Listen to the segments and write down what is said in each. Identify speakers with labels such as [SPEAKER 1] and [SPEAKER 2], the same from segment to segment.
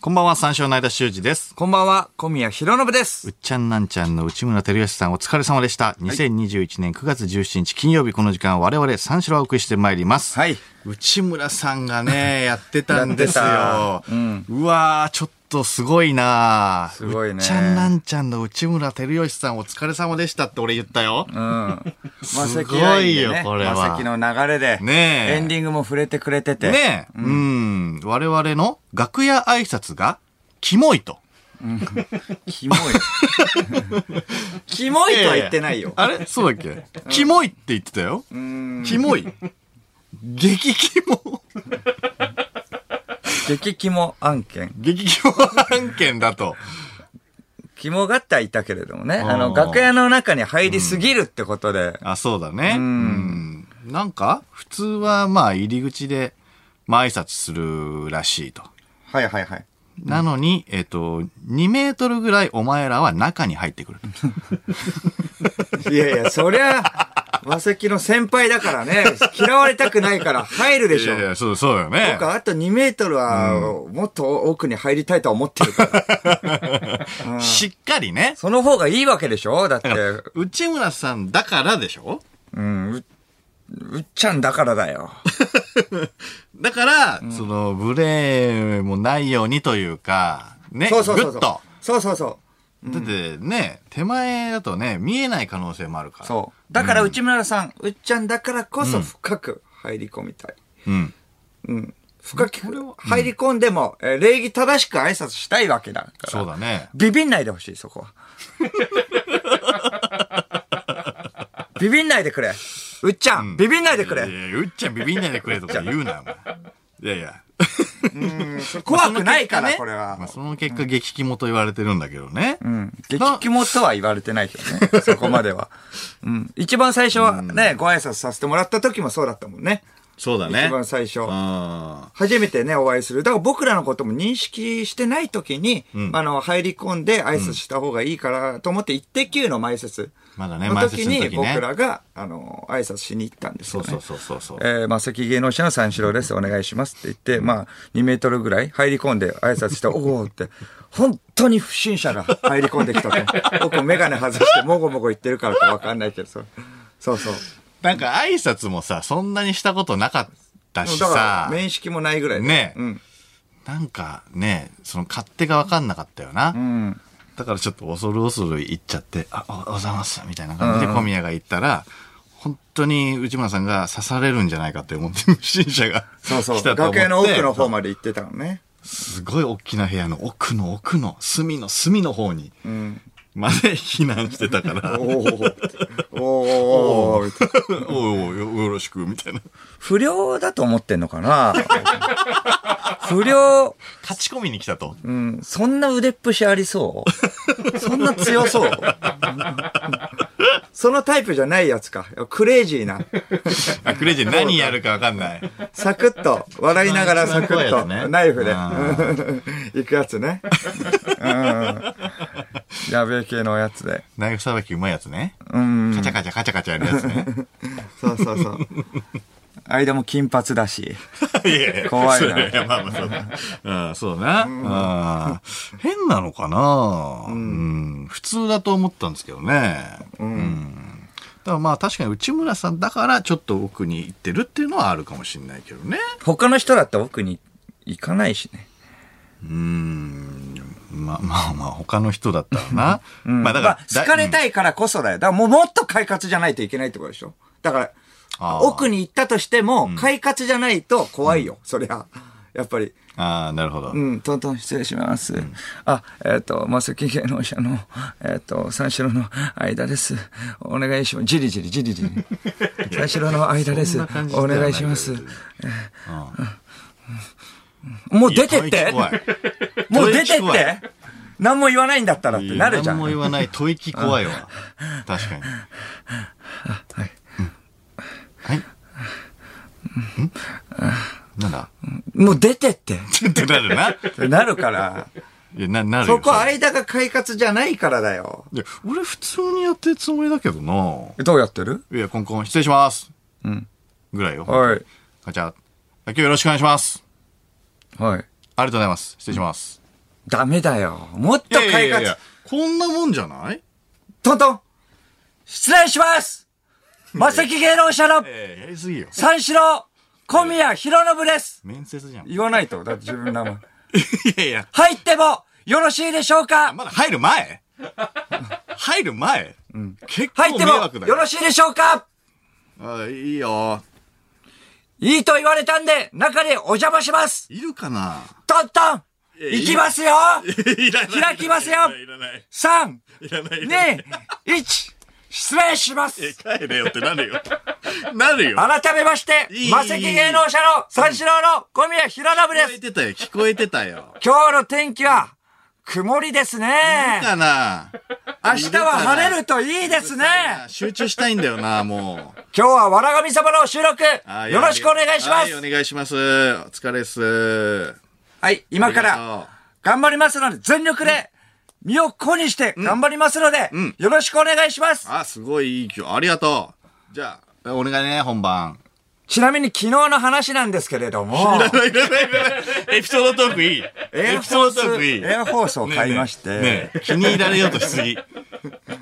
[SPEAKER 1] こんばんは、三章の間修二です。
[SPEAKER 2] こんばんは、小宮弘信で
[SPEAKER 1] う
[SPEAKER 2] す。
[SPEAKER 1] っちゃんなんちゃんの内村照義さんお疲れ様でした。2021年9月17日金曜日この時間我々三章をお送りしてまいります。
[SPEAKER 2] はい。
[SPEAKER 1] 内村さんが ね、やってたんですよ。
[SPEAKER 2] やってたうん
[SPEAKER 1] うわー、ちょっとすごいな
[SPEAKER 2] すごいね
[SPEAKER 1] うっちゃんなんちゃんの内村照義さんお疲れ様でしたって俺言ったよ。
[SPEAKER 2] うん。ます
[SPEAKER 1] ごいよこれは
[SPEAKER 2] まさきの流れで。
[SPEAKER 1] ねえ
[SPEAKER 2] エンディングも触れてくれてて。
[SPEAKER 1] ねえ、うん、我々の楽屋挨拶が、キモいと。
[SPEAKER 2] キ モい。キモいとは言ってないよ。
[SPEAKER 1] あれそうだっけキモいって言ってたよ。
[SPEAKER 2] うん。
[SPEAKER 1] キモい。激キモ。
[SPEAKER 2] 激キモ案件。
[SPEAKER 1] 激キモ案件だと。
[SPEAKER 2] キモがったはいたけれどもね。
[SPEAKER 1] ん
[SPEAKER 2] あの、楽屋の中に入りすぎるってことで。
[SPEAKER 1] あ、そうだね。うんん。なんか、普通はまあ入り口で、まあ挨拶するらしいと。
[SPEAKER 2] はいはいはい。
[SPEAKER 1] なのに、えっと、2メートルぐらいお前らは中に入ってくる。
[SPEAKER 2] いやいや、そりゃ、まさきの先輩だからね。嫌われたくないから入るでしょ。
[SPEAKER 1] や、そう、そうだよね
[SPEAKER 2] 僕はあと2メートルは、もっと奥に入りたいとは思ってる から。
[SPEAKER 1] しっかりね。
[SPEAKER 2] その方がいいわけでしょだって
[SPEAKER 1] だ、から、内村さんだからでしょ
[SPEAKER 2] うん、う、うっちゃんだからだよ。
[SPEAKER 1] だから、その、ブレもないようにというか、ね、
[SPEAKER 2] そうそうそ
[SPEAKER 1] グ
[SPEAKER 2] う
[SPEAKER 1] ッ
[SPEAKER 2] そう
[SPEAKER 1] と。。
[SPEAKER 2] そうそうそ
[SPEAKER 1] だってね、手前だとね、見えない可能性もあるか
[SPEAKER 2] う。
[SPEAKER 1] ら。
[SPEAKER 2] そう。だから内村さん、うっちゃんだからこそ深く入り込みたい。
[SPEAKER 1] うん。
[SPEAKER 2] うん。深く入り込んでも、えー礼儀正しく挨拶したいわけだから。
[SPEAKER 1] そうだね。
[SPEAKER 2] ビビんないでほしい、そこは。 ビビんないでくれ。うっちゃん、ビビんないでく
[SPEAKER 1] い
[SPEAKER 2] れ。
[SPEAKER 1] やいやうっちゃんビビんないでくれとか言うな よ、お前。いやいや。
[SPEAKER 2] 怖くないか
[SPEAKER 1] まあ
[SPEAKER 2] ら、
[SPEAKER 1] その結果
[SPEAKER 2] こ
[SPEAKER 1] ね
[SPEAKER 2] れは
[SPEAKER 1] まあ。その結果、激肝と言われてるんだけどね。
[SPEAKER 2] うん。激キモとは言われてないけ どね。そこまでは。うん。一番最初はね、ご挨拶させてもらった時もそうだったもんね。
[SPEAKER 1] そうだね。
[SPEAKER 2] 一番最
[SPEAKER 1] う
[SPEAKER 2] 初
[SPEAKER 1] ん。
[SPEAKER 2] 初めてね、お会いする。だから僕らのことも認識してない時に、あの、入り込んで挨拶した方がいいからと思って、一滴球の前説。
[SPEAKER 1] まだね、
[SPEAKER 2] の
[SPEAKER 1] 前
[SPEAKER 2] 時
[SPEAKER 1] 説の
[SPEAKER 2] に
[SPEAKER 1] 時
[SPEAKER 2] 僕
[SPEAKER 1] ね。
[SPEAKER 2] らが、あの、挨拶しに行ったんです
[SPEAKER 1] そ
[SPEAKER 2] よ
[SPEAKER 1] う
[SPEAKER 2] ね。
[SPEAKER 1] そうそうそうそう。
[SPEAKER 2] えー、まあ、関芸能者の三四郎です。お願いしますって言って、まあ、2メートルぐらい入り込んで挨拶して、おおーって、本当に不審者が入り込んできたと。 僕メガネ外して、もごもご言ってるからかわかんないけど、そうそうそう。
[SPEAKER 1] なんか挨拶もさ、そんなにしたことなかったし
[SPEAKER 2] だか
[SPEAKER 1] さ
[SPEAKER 2] ら、、面識もないぐらいで
[SPEAKER 1] ね
[SPEAKER 2] うん。
[SPEAKER 1] なんかね、その勝手が分かんなかったよな。
[SPEAKER 2] うん。
[SPEAKER 1] だからちょっと恐る恐る行っちゃって、あ、おおはようございます、みたいな感じで小宮が行ったら、本当に内村さんが刺されるんじゃないかって思って、不審者が
[SPEAKER 2] そうそ
[SPEAKER 1] 来
[SPEAKER 2] う。
[SPEAKER 1] たと思って。
[SPEAKER 2] 楽屋の奥の方まで行ってたのね。
[SPEAKER 1] すごい大きな部屋の奥の奥の隅の隅の方に
[SPEAKER 2] うん。
[SPEAKER 1] まで避難してたか
[SPEAKER 2] お
[SPEAKER 1] ら、
[SPEAKER 2] おおおおーみたいな
[SPEAKER 1] おうおうよよろしく、みたいな。
[SPEAKER 2] 不良だと思ってんのかな不良。
[SPEAKER 1] 勝ち込みに来たと。
[SPEAKER 2] うん、そんな腕っぷしありそうそんな強そうそのタイプじゃないやつか。クレイジーな。
[SPEAKER 1] あ、クレイジー何やるか分かんない。
[SPEAKER 2] サクッと、笑いながらサクッ
[SPEAKER 1] 一番怖いやつね
[SPEAKER 2] と、ナイフで、
[SPEAKER 1] あ
[SPEAKER 2] 行くやつね。うん、やべえ系のやつで。
[SPEAKER 1] ナイフさばきうまいやつね。
[SPEAKER 2] うん、
[SPEAKER 1] カチャカチャカチャカチャやるやつね。
[SPEAKER 2] そうそうそう。間も金髪だし。
[SPEAKER 1] いやいや
[SPEAKER 2] 怖いな
[SPEAKER 1] それいやまあまあそうだ。うん、そうだな。うん変なのかなうん。普通だと思ったんですけどね。うん。だからまあ確かに内村さんだからちょっと奥に行ってるっていうのはあるかもしれないけどね。
[SPEAKER 2] 他の人だったら奥に行かないしね。
[SPEAKER 1] うん。まあまあまあ他の人だったらな。まあだ
[SPEAKER 2] だ
[SPEAKER 1] か
[SPEAKER 2] からら、、好かれたいからこそだよ。だからもうもっと快活じゃないといけないってことでしょだか
[SPEAKER 1] あ
[SPEAKER 2] ら、
[SPEAKER 1] ー
[SPEAKER 2] 奥に行ったとしても、快活じゃないと怖いよ。そりゃ。やっぱり。
[SPEAKER 1] うんああ、なるほど
[SPEAKER 2] う。ん、トントン失礼します。あ、えっ、と、マスキ芸能者の、えっ、と、三四郎の間です。お願いします。じりじり、じりじり。 三四郎の間です。
[SPEAKER 1] そんな感じで
[SPEAKER 2] お
[SPEAKER 1] はない
[SPEAKER 2] 願いします
[SPEAKER 1] け。
[SPEAKER 2] もう出てっ
[SPEAKER 1] いや
[SPEAKER 2] て
[SPEAKER 1] 怖い。
[SPEAKER 2] もう出てっ
[SPEAKER 1] 吐息怖い
[SPEAKER 2] て何も言わないんだったらってなるじゃ
[SPEAKER 1] 何
[SPEAKER 2] ん。
[SPEAKER 1] も言わない吐息怖いわ。確かに。
[SPEAKER 2] はい
[SPEAKER 1] はい。んなんだ
[SPEAKER 2] もう出てって
[SPEAKER 1] ってなるな。い
[SPEAKER 2] って なるから。
[SPEAKER 1] や、な、なるよ。
[SPEAKER 2] そこ
[SPEAKER 1] れ
[SPEAKER 2] 間が快活じゃないからだよ。
[SPEAKER 1] いや、俺普通にやってるつもりだけどな。
[SPEAKER 2] どうやってる
[SPEAKER 1] いや、コンコン、失礼します。
[SPEAKER 2] うん。
[SPEAKER 1] ぐらいよ。い。
[SPEAKER 2] はい。
[SPEAKER 1] ガチャ。今日よろしくお願いします。
[SPEAKER 2] は
[SPEAKER 1] あ
[SPEAKER 2] い。
[SPEAKER 1] りがとうございます。失礼します。
[SPEAKER 2] ダメだよ。もっと
[SPEAKER 1] いやい
[SPEAKER 2] 快
[SPEAKER 1] やい
[SPEAKER 2] 活
[SPEAKER 1] や。こんなもんじゃない
[SPEAKER 2] トントン失礼しますマセキ芸能者の
[SPEAKER 1] ええやりすぎよ。
[SPEAKER 2] 三四郎小宮弘信です
[SPEAKER 1] 面接じゃん。い
[SPEAKER 2] 言わないと、だって自分の名 前。
[SPEAKER 1] やいや、
[SPEAKER 2] 入ってもよろしいでしょうか
[SPEAKER 1] まだ入る前 入る前結構
[SPEAKER 2] 入って
[SPEAKER 1] 迷惑
[SPEAKER 2] も
[SPEAKER 1] だ
[SPEAKER 2] よろ
[SPEAKER 1] し
[SPEAKER 2] しいでしょうか
[SPEAKER 1] あいいよ。
[SPEAKER 2] いいと言われたんで、中にお邪魔します
[SPEAKER 1] いるかな
[SPEAKER 2] トントン行きますよ
[SPEAKER 1] いらない
[SPEAKER 2] 開きますよ
[SPEAKER 1] いらない。
[SPEAKER 2] !3、
[SPEAKER 1] いらない。いらない
[SPEAKER 2] 2、1、失礼します
[SPEAKER 1] え帰れよってなるよ。なるよ。
[SPEAKER 2] 改めまして
[SPEAKER 1] いい、
[SPEAKER 2] マセキ芸能者の三四郎の小宮弘信
[SPEAKER 1] 聞こえ
[SPEAKER 2] です
[SPEAKER 1] てたよ、聞こえてたよ。
[SPEAKER 2] 今日の天気は曇りですね。
[SPEAKER 1] かな
[SPEAKER 2] 明日は晴れるといいですね。
[SPEAKER 1] 集中したいんだよな、もう。
[SPEAKER 2] 今日はわらがみ様の収録、
[SPEAKER 1] あ
[SPEAKER 2] よろしくお願いしま
[SPEAKER 1] はお
[SPEAKER 2] す。
[SPEAKER 1] 願いします。お疲れっす。
[SPEAKER 2] はい、今か
[SPEAKER 1] ありがとう
[SPEAKER 2] ら頑張りますので、全力で身を粉にして頑張りますので、よろしくお願いします。
[SPEAKER 1] あ、すごいいい今日。ありがとう。じゃあ、お願いね、本番。
[SPEAKER 2] ちなみに昨日の話なんですけれども、
[SPEAKER 1] エピソードトークいい。
[SPEAKER 2] エ
[SPEAKER 1] エ
[SPEAKER 2] ア
[SPEAKER 1] ピソ
[SPEAKER 2] フォ
[SPEAKER 1] ードトークいい。
[SPEAKER 2] ース、エアフォースを
[SPEAKER 1] ねえ
[SPEAKER 2] 買いまして、
[SPEAKER 1] ねえ気に入られようとしす ぎ。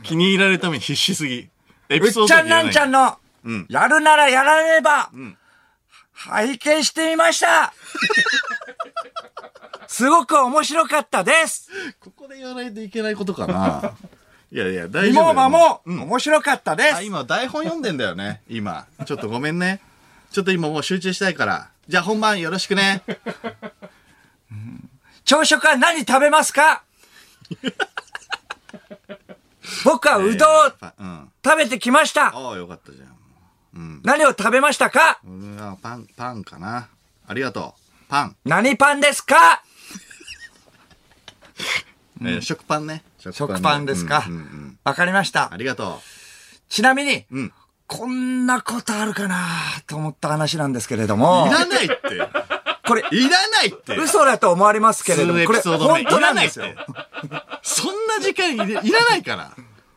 [SPEAKER 1] 気に入られるために必死すぎ。エ
[SPEAKER 2] う
[SPEAKER 1] ピ
[SPEAKER 2] っ
[SPEAKER 1] ソード
[SPEAKER 2] ち
[SPEAKER 1] ト
[SPEAKER 2] ゃ
[SPEAKER 1] ー
[SPEAKER 2] ん
[SPEAKER 1] ク
[SPEAKER 2] なんちゃ
[SPEAKER 1] い
[SPEAKER 2] んの、
[SPEAKER 1] ん
[SPEAKER 2] やるならやられれば、拝見してみました すごく面白かったです
[SPEAKER 1] らないここで言わないといけないことか な。いやいや、大丈夫。
[SPEAKER 2] 今もも
[SPEAKER 1] うん
[SPEAKER 2] 面白かったで
[SPEAKER 1] あ、
[SPEAKER 2] す
[SPEAKER 1] 今台本読んでんだよね。今。ちょっとごめんね。ちょっと今もう集中したいから。じゃあ本番よろしくね。
[SPEAKER 2] 朝食は何食べま すか僕は うどんを
[SPEAKER 1] うん。
[SPEAKER 2] 食べてきました
[SPEAKER 1] ああ、よかったじゃん。
[SPEAKER 2] 何を食べましたか
[SPEAKER 1] うんあパン、パンかな。ありがとう。パン。
[SPEAKER 2] 何パンですか
[SPEAKER 1] えー食パンね。食ね
[SPEAKER 2] 食パンですか
[SPEAKER 1] うんうんうん
[SPEAKER 2] わかりました
[SPEAKER 1] ありがと
[SPEAKER 2] ちなみに
[SPEAKER 1] う。うん。
[SPEAKER 2] こんなことあるかなと思った話なんですけれども
[SPEAKER 1] いらないって。
[SPEAKER 2] これ
[SPEAKER 1] いらないって。
[SPEAKER 2] 嘘だと思われますけれども、
[SPEAKER 1] 数エ
[SPEAKER 2] こ
[SPEAKER 1] ピ
[SPEAKER 2] れ
[SPEAKER 1] ソード目
[SPEAKER 2] 本当
[SPEAKER 1] い
[SPEAKER 2] な
[SPEAKER 1] ら
[SPEAKER 2] ん
[SPEAKER 1] ない
[SPEAKER 2] で
[SPEAKER 1] っ
[SPEAKER 2] す
[SPEAKER 1] て
[SPEAKER 2] よ。。
[SPEAKER 1] そんな時間いれいらないから。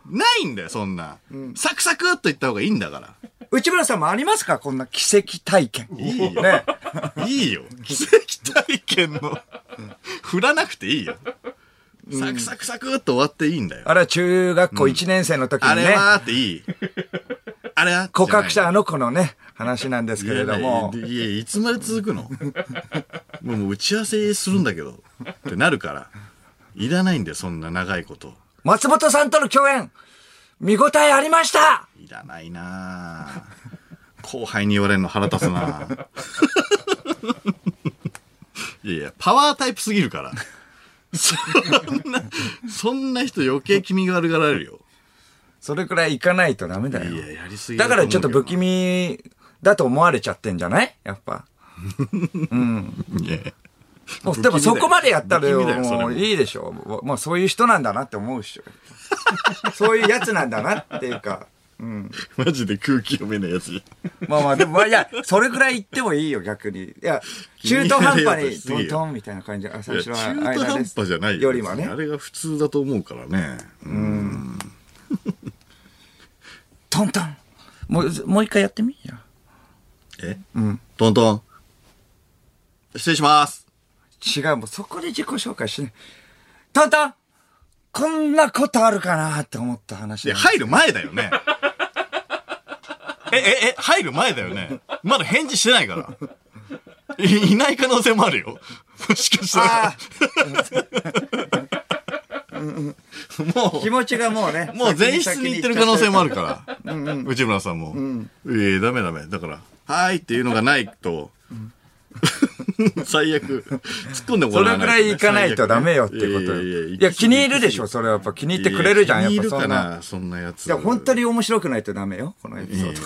[SPEAKER 1] ないんだよ、そんな。サクサクっと言った方がいいんだか
[SPEAKER 2] 内村さんもありますかこんな奇跡体験。
[SPEAKER 1] いいよ
[SPEAKER 2] ね。
[SPEAKER 1] ら。いいよ。奇跡体験の。振らなくていいよ。サクサクサクっと終わっていいんだよ。
[SPEAKER 2] あれは中学校1年生の時
[SPEAKER 1] あ
[SPEAKER 2] に
[SPEAKER 1] れ
[SPEAKER 2] ね、
[SPEAKER 1] はーっていい。あれは
[SPEAKER 2] 告白し
[SPEAKER 1] じゃ
[SPEAKER 2] たあの子のね、話なんですけれ
[SPEAKER 1] な
[SPEAKER 2] ど
[SPEAKER 1] い
[SPEAKER 2] も
[SPEAKER 1] い、やいや、いやいつまで続くのもうもう打ち合わせするんだけど。ってなるから。いらないんだよ、そんな長いこと。
[SPEAKER 2] 松本さんとの共演、見応えありました
[SPEAKER 1] いらないなあ後輩に言われるの腹立つ なあいやいや、パワータイプすぎるから。そんな、そんな人余計気味悪がられるよ。
[SPEAKER 2] それくらい行かないとダメだ
[SPEAKER 1] い
[SPEAKER 2] よ。
[SPEAKER 1] や、やりすぎ
[SPEAKER 2] だからちょっと
[SPEAKER 1] 思
[SPEAKER 2] 不
[SPEAKER 1] うけ
[SPEAKER 2] 気味だと思われちゃってんじゃないやっぱ。
[SPEAKER 1] どないや
[SPEAKER 2] もうでも
[SPEAKER 1] 不気味だ
[SPEAKER 2] そ
[SPEAKER 1] よ
[SPEAKER 2] こまでやったら
[SPEAKER 1] 不気味だよそれも
[SPEAKER 2] もういいでしょ。もうもうそういう人なんだなって思うっしょ。そういうやつなんだなっていうか。
[SPEAKER 1] マジで空気読めないやつじゃん
[SPEAKER 2] まあまあ、でも、まあいや、それくらい言ってもいいよ、逆に。いや、中途半端に、トントンみたいな感じ。あ、
[SPEAKER 1] い
[SPEAKER 2] 最
[SPEAKER 1] や
[SPEAKER 2] 初は、
[SPEAKER 1] 中途半端じゃない
[SPEAKER 2] よりはね
[SPEAKER 1] あ。れが普通だと思うからね。うん
[SPEAKER 2] トントン。もう、もう一回やってみや。
[SPEAKER 1] えトントン。失礼します。
[SPEAKER 2] 違う、もうそこで自己紹介しない。トントンこんなことあるかなって思った話
[SPEAKER 1] い
[SPEAKER 2] な
[SPEAKER 1] や、
[SPEAKER 2] んです。
[SPEAKER 1] 入る前だよ ね。え、え、え、入る前だよね。まだ返事してないから。い、いない可能性もあるよ。もしかしたら
[SPEAKER 2] あ。
[SPEAKER 1] も
[SPEAKER 2] 気持ちがもうね。
[SPEAKER 1] う、 もう前室に行ってる可能性もある
[SPEAKER 2] ら。
[SPEAKER 1] から。内村さんも。いや、ダメダメ。だから、はーいっていうのがないと、最悪、突っ込んでも
[SPEAKER 2] そ
[SPEAKER 1] らわ
[SPEAKER 2] れ
[SPEAKER 1] ないとね、
[SPEAKER 2] くらい行かないとダメよって
[SPEAKER 1] 最悪ね
[SPEAKER 2] ことよ。
[SPEAKER 1] いやいやいや
[SPEAKER 2] いや、気に入るでしょ、それはやっぱ気に入ってくれるじゃん、やっ
[SPEAKER 1] い
[SPEAKER 2] ぱ
[SPEAKER 1] やいや気に入る
[SPEAKER 2] そ
[SPEAKER 1] か
[SPEAKER 2] んな。
[SPEAKER 1] な、そんなやつ。
[SPEAKER 2] いや、本当に面白くないとダメよ、このエピソー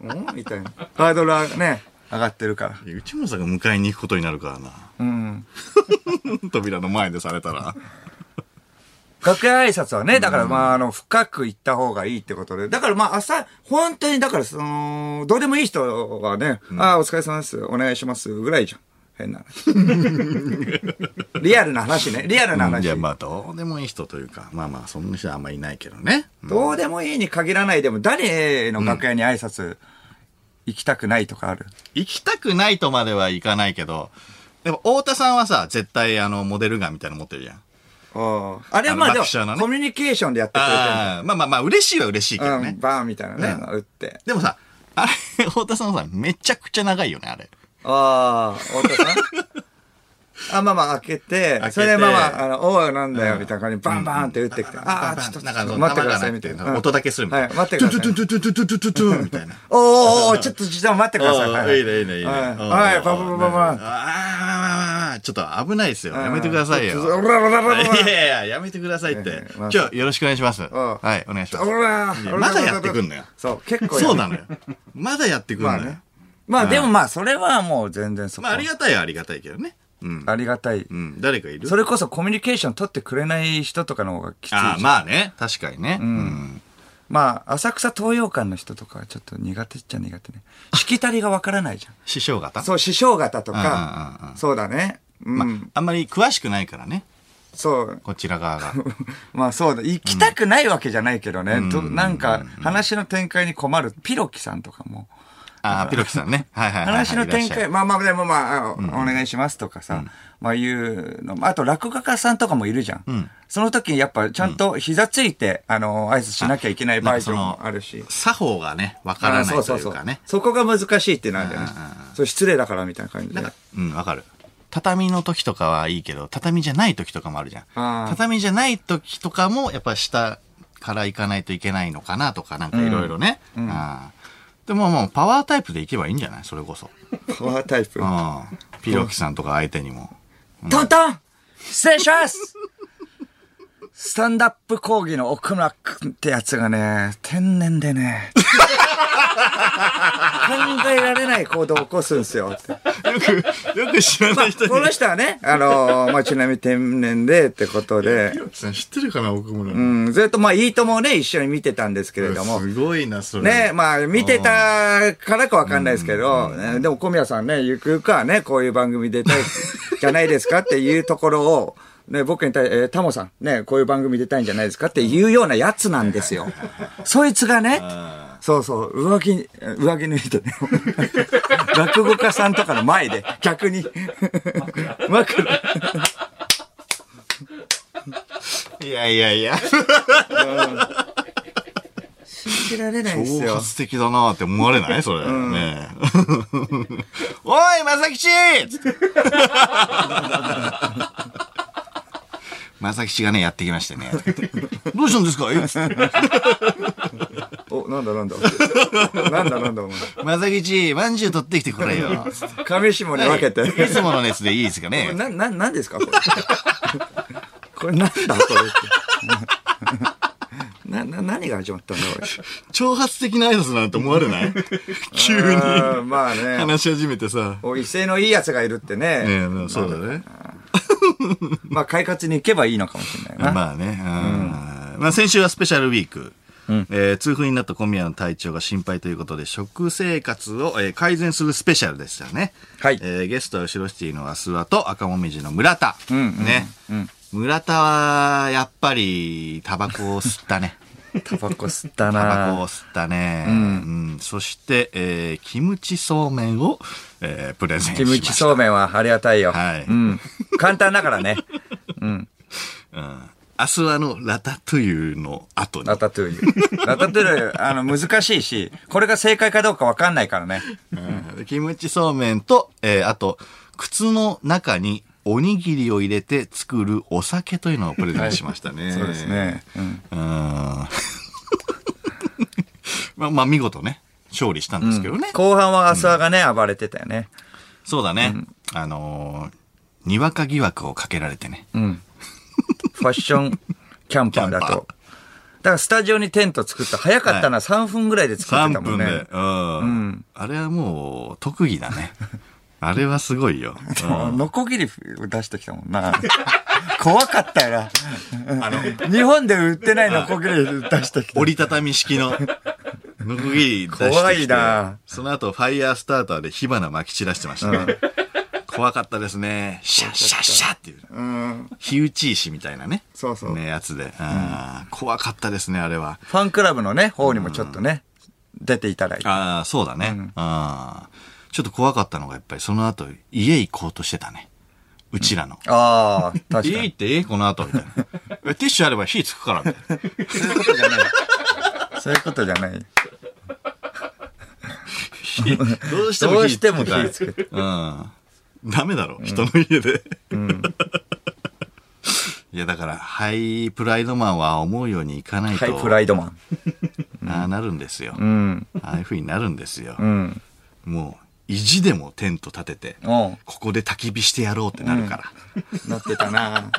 [SPEAKER 2] ド。うんみたいな。ハードルはね、上がってるから。
[SPEAKER 1] いや内村さんが迎えに行くことになるから
[SPEAKER 2] うん。
[SPEAKER 1] な。 扉の前でされたら。
[SPEAKER 2] 楽屋挨拶はね、だからまあ、あの、深く行った方がいいってことで。だからまあ、朝、本当に、だからその、どうでもいい人はね、ああ、お疲れ様です、お願いします、ぐらいじゃん。変な話リアルな話ね、リアルな話。
[SPEAKER 1] いや、まあ、どうでもいい人というか、まあまあ、そんな人はあんまいないけどね。
[SPEAKER 2] どうでもいいに限らないでも、誰の楽屋に挨拶行きたくないとかある。
[SPEAKER 1] 行きたくないとまではいかないけど、でも、太田さんはさ、絶対、あの、モデルガンみたいなの持ってるじゃん。
[SPEAKER 2] ああれはま
[SPEAKER 1] あ
[SPEAKER 2] あ
[SPEAKER 1] の
[SPEAKER 2] でも
[SPEAKER 1] 学者のね
[SPEAKER 2] コミュニケーションでやってくれてるんだ
[SPEAKER 1] ああ、まあまあまあ、嬉しいは嬉しいけど
[SPEAKER 2] う
[SPEAKER 1] ね
[SPEAKER 2] ん、。バーンみたいなね、
[SPEAKER 1] うん
[SPEAKER 2] 打って。
[SPEAKER 1] でもさ、あれ、太田さんはさ、めちゃくちゃ長いよね、あれ。
[SPEAKER 2] ああ、太田さんあ、まあまあ開けて、
[SPEAKER 1] けて
[SPEAKER 2] それでまあまあ、あの、おうなんだよ、みたいな感じで、バンバンって打ってきて、ああ、ちょっと、ち
[SPEAKER 1] な
[SPEAKER 2] ょっ
[SPEAKER 1] んかそ
[SPEAKER 2] と
[SPEAKER 1] の
[SPEAKER 2] 待ってくださ
[SPEAKER 1] 弾
[SPEAKER 2] い、み
[SPEAKER 1] が
[SPEAKER 2] たい
[SPEAKER 1] な
[SPEAKER 2] な。
[SPEAKER 1] んか
[SPEAKER 2] うん
[SPEAKER 1] 音だけするみたいな
[SPEAKER 2] はい、待ってください。
[SPEAKER 1] トゥトゥトゥトゥトゥトゥトゥトゥトゥみたいな。
[SPEAKER 2] おーおーおーちょっと時間待ってください。はい
[SPEAKER 1] いいね、いいね、いいね。
[SPEAKER 2] はい
[SPEAKER 1] うん
[SPEAKER 2] はいパパパパパ
[SPEAKER 1] あーあーあーあー、ちょっと危ないですよ。やめてくださいよ。
[SPEAKER 2] ちょっとオラオラオラオラ
[SPEAKER 1] いやいやいや、やめてくださいっ
[SPEAKER 2] いや
[SPEAKER 1] て
[SPEAKER 2] いやま。あ
[SPEAKER 1] じゃあ、よろしくお願いします。
[SPEAKER 2] ん
[SPEAKER 1] はい、お願いします
[SPEAKER 2] お。ら
[SPEAKER 1] いやまだやってくんのよ
[SPEAKER 2] そう、結構やる
[SPEAKER 1] そうな のよ。まだやってくる
[SPEAKER 2] ま
[SPEAKER 1] の
[SPEAKER 2] あ
[SPEAKER 1] よ
[SPEAKER 2] ね。。まあでもまあ、それはもう全然そこ。
[SPEAKER 1] まあ、ありがたいはありがたいけどね。うん。
[SPEAKER 2] ありがたい。
[SPEAKER 1] うん。誰かいる
[SPEAKER 2] それこそコミュニケーション取ってくれない人とかの方がきついじゃん。
[SPEAKER 1] ああ、まあね。確かにね。うん。
[SPEAKER 2] まあ、浅草東洋館の人とかはちょっと苦手っちゃ苦手ね。しきたりがわからないじゃ
[SPEAKER 1] 師匠方
[SPEAKER 2] ん。そう、師匠方と
[SPEAKER 1] あああ
[SPEAKER 2] か、そうだね。うん、
[SPEAKER 1] まあ、あんまり詳しくないからね。
[SPEAKER 2] そう。
[SPEAKER 1] こちら側が。
[SPEAKER 2] まあそうだ。行きたくないわけじゃないけどね。となんか、話の展開に困るピロキさんとかも。
[SPEAKER 1] ああ、ピロキさんね。はいはいはいはい。
[SPEAKER 2] 話の展開、
[SPEAKER 1] い
[SPEAKER 2] まあまあ、でもまあ、あお願いしますとかさ、まあいうのも、あと落語家さんとかもいるじゃん。その時にやっぱちゃんと膝ついて、あの、挨拶しなきゃいけない場
[SPEAKER 1] らっ
[SPEAKER 2] 合
[SPEAKER 1] しゃる。
[SPEAKER 2] もあるし
[SPEAKER 1] なんか。その作法がね、わからないというかね。
[SPEAKER 2] そこが難しいってなんだよね。そう失礼だからみたいな感じで。
[SPEAKER 1] うん、わかる。畳の時とかはいいけど、畳じゃない時とかもあるじゃん。
[SPEAKER 2] あー
[SPEAKER 1] 畳じゃない時とかも、やっぱ下から行かないといけないのかなとか、なんかいろいろね。あーでももうパワータイプで行けばいいんじゃないそれこそ。
[SPEAKER 2] パワータイプ。
[SPEAKER 1] うんピロキさんとか相手にも。
[SPEAKER 2] トントン失礼しますスタンダップ講義の奥村くんってやつがね、天然でね、考えられない行動を起こすんですよって。
[SPEAKER 1] よく、よく知らない人
[SPEAKER 2] この人はね、あのーまあ、ちなみに天然でってことで
[SPEAKER 1] ピ、ロキさん知ってるかな奥村。
[SPEAKER 2] うん、ずっとまあ、いいともね、一緒に見てたんですけれども、
[SPEAKER 1] すごいな、それ。
[SPEAKER 2] ね、まあ、見てたからかわかんないですけど、ねでも小宮さんね、ゆくゆくはね、こういう番組出たいじゃないですかっていうところを、ね、僕に対して、えータモさん、ね、こういう番組出たいんじゃないですかっていうようなやつなんです よ。そいつがね、そうそう、上着、上 着脱いでね、落語家さんとかの前で、逆 に、枕。
[SPEAKER 1] いやいやいや。
[SPEAKER 2] 信じられないです
[SPEAKER 1] 挑
[SPEAKER 2] よ。
[SPEAKER 1] 発的だなって思われないそれ。ねえ おい、まさ きちつってまさきちがね、やってきまして ね。どうしたんですかつって
[SPEAKER 2] お、なんだなんだ。なんだなんだ、お前。
[SPEAKER 1] まさきち、まんじゅう取ってきてくれよ。つって
[SPEAKER 2] 上下に分けて。
[SPEAKER 1] いつもの熱でいいですか ね。
[SPEAKER 2] な、な、なんですかこれ。これなんだこれ って。な、な、何が始まったんだこれ。
[SPEAKER 1] 挑発的な挨拶なんて思われない 急に
[SPEAKER 2] あーまあね。
[SPEAKER 1] 話し始めてさ。
[SPEAKER 2] お威勢のいいやつがいるってね。
[SPEAKER 1] ねえそうだね。
[SPEAKER 2] まあ、快活に行けばいいのかもしれないな。
[SPEAKER 1] まあね。うんまあ先週はスペシャルウィーク。えー痛風になった小宮の体調が心配ということで、食生活を、えー改善するスペシャルでしたね。
[SPEAKER 2] はい
[SPEAKER 1] えーゲストは後ろシティのアスワと赤もみじの村田。ね。村田は、やっぱり、タバコを吸った ね。
[SPEAKER 2] タバコ吸っ
[SPEAKER 1] タ
[SPEAKER 2] た
[SPEAKER 1] バコ
[SPEAKER 2] な
[SPEAKER 1] を吸ったね。うんそして、えーキムチそうめんを、えープレゼンし
[SPEAKER 2] キ
[SPEAKER 1] ま
[SPEAKER 2] ム
[SPEAKER 1] した。
[SPEAKER 2] チそうめんはありがたいよ。
[SPEAKER 1] はい
[SPEAKER 2] うん。簡単だからね。
[SPEAKER 1] うんアスワのラタトゥイユの後に。
[SPEAKER 2] ラタトゥーユ。ラタトゥーユ、あの、難しいし、これが正解かどうかわかんないからね。
[SPEAKER 1] うんキムチそうめんと、えーあと、靴の中におにぎりを入れて作るお酒というのをプレゼンしましたね。
[SPEAKER 2] そうです。ね。うん。
[SPEAKER 1] うん。 まあ、まあ、見事ね、勝利したんですけどね。
[SPEAKER 2] 後半はアスワがね、暴れてたよね。
[SPEAKER 1] そうだね。あのーにわか疑惑をかけられてね。
[SPEAKER 2] ファッショ ンキャンパーだと。
[SPEAKER 1] キャンパ
[SPEAKER 2] だからスタジオにテント作った。早かったな、3分ぐらいで作って
[SPEAKER 1] 3
[SPEAKER 2] たも
[SPEAKER 1] 分
[SPEAKER 2] ん
[SPEAKER 1] で。
[SPEAKER 2] ね。
[SPEAKER 1] うん。あれはもう、特技だね。あれはすごい よ。うん
[SPEAKER 2] ノコギリ出してきたもんな。 怖かったよな。日本で売ってないノコギリ出してき た。
[SPEAKER 1] 折りたたみ式 の、のこぎり出してきて
[SPEAKER 2] 怖いな
[SPEAKER 1] その後、ファイヤースターターで火花撒き散らしてましたね。怖かったですね。シャッシャッシャッっていう。
[SPEAKER 2] うん。
[SPEAKER 1] 火打ち石みたいなね。
[SPEAKER 2] そうそう
[SPEAKER 1] ね、やつで。あー怖かったですね、あれは。
[SPEAKER 2] ファンクラブのね、方にもちょっとね、出ていただいて。
[SPEAKER 1] ああ、そうだね。あーちょっと怖かったのが、やっぱりその後、家行こうとしてたね。うちらの。
[SPEAKER 2] ああ、確か
[SPEAKER 1] いいっ
[SPEAKER 2] に。
[SPEAKER 1] てええこの後みたい な。えティッシュあれば火つくからみたいな。
[SPEAKER 2] そういうことじゃない。そういうことじゃない。
[SPEAKER 1] 火どうしても
[SPEAKER 2] どう
[SPEAKER 1] 火
[SPEAKER 2] し
[SPEAKER 1] つく
[SPEAKER 2] て
[SPEAKER 1] か
[SPEAKER 2] も
[SPEAKER 1] ら
[SPEAKER 2] 火つけて。
[SPEAKER 1] うん。ダメだろ、人の家で。いや、だから、ハイプライドマンは思うようにいかないと、
[SPEAKER 2] ハイプライドマン。
[SPEAKER 1] ああなるんですよ。
[SPEAKER 2] うん。
[SPEAKER 1] ああいう風になるんですよ
[SPEAKER 2] う。ん。
[SPEAKER 1] もう、意地でもテント立てて、
[SPEAKER 2] おう
[SPEAKER 1] ここで焚き火してやろうってなるから。
[SPEAKER 2] 乗ってたな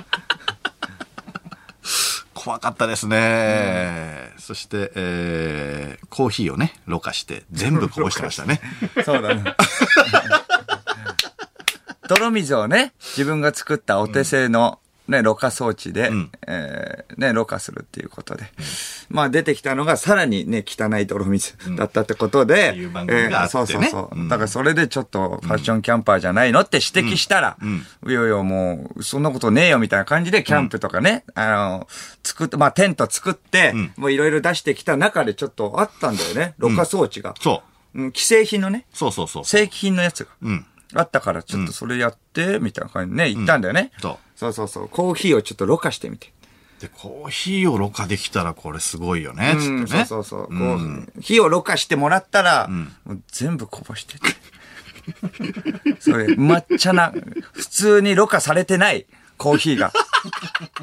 [SPEAKER 1] 怖かったですね。そして、えー、コーヒーをね、ろ過して、全部こぼしてま したね。
[SPEAKER 2] そうだね。泥水をね、自分が作ったお手製の、ね、ろ過装置で、
[SPEAKER 1] ん
[SPEAKER 2] えーね、ろ過するっていうことで。まあ出てきたのがさらにね、汚い泥水だったってことで、
[SPEAKER 1] っていう番組があってね
[SPEAKER 2] そうそうそ
[SPEAKER 1] う
[SPEAKER 2] う、
[SPEAKER 1] ん
[SPEAKER 2] だからそれでちょっとファッションキャンパーじゃないのって指摘したら、いやいやもう、そんなことねえよみたいな感じで、キャンプとかね、あの、作って、まあテント作って、もういろいろ出してきた中でちょっとあったんだよね、ろ過装置が。
[SPEAKER 1] そう。
[SPEAKER 2] うん、既製品のね、
[SPEAKER 1] そうそうそう。
[SPEAKER 2] 正規品のやつが、
[SPEAKER 1] ん
[SPEAKER 2] あったから、ちょっとそれやって、みたいな感じでね、言ったんだよね、
[SPEAKER 1] そう
[SPEAKER 2] そうそうそう。コーヒーをちょっとろ過してみて。
[SPEAKER 1] で、コーヒーをろ過できたらこれすごいよね、つってね。
[SPEAKER 2] うん、そうそうそう。こう、火をろ過してもらったら、もう全部こぼしててそれ、抹茶な、普通にろ過されてないコーヒーが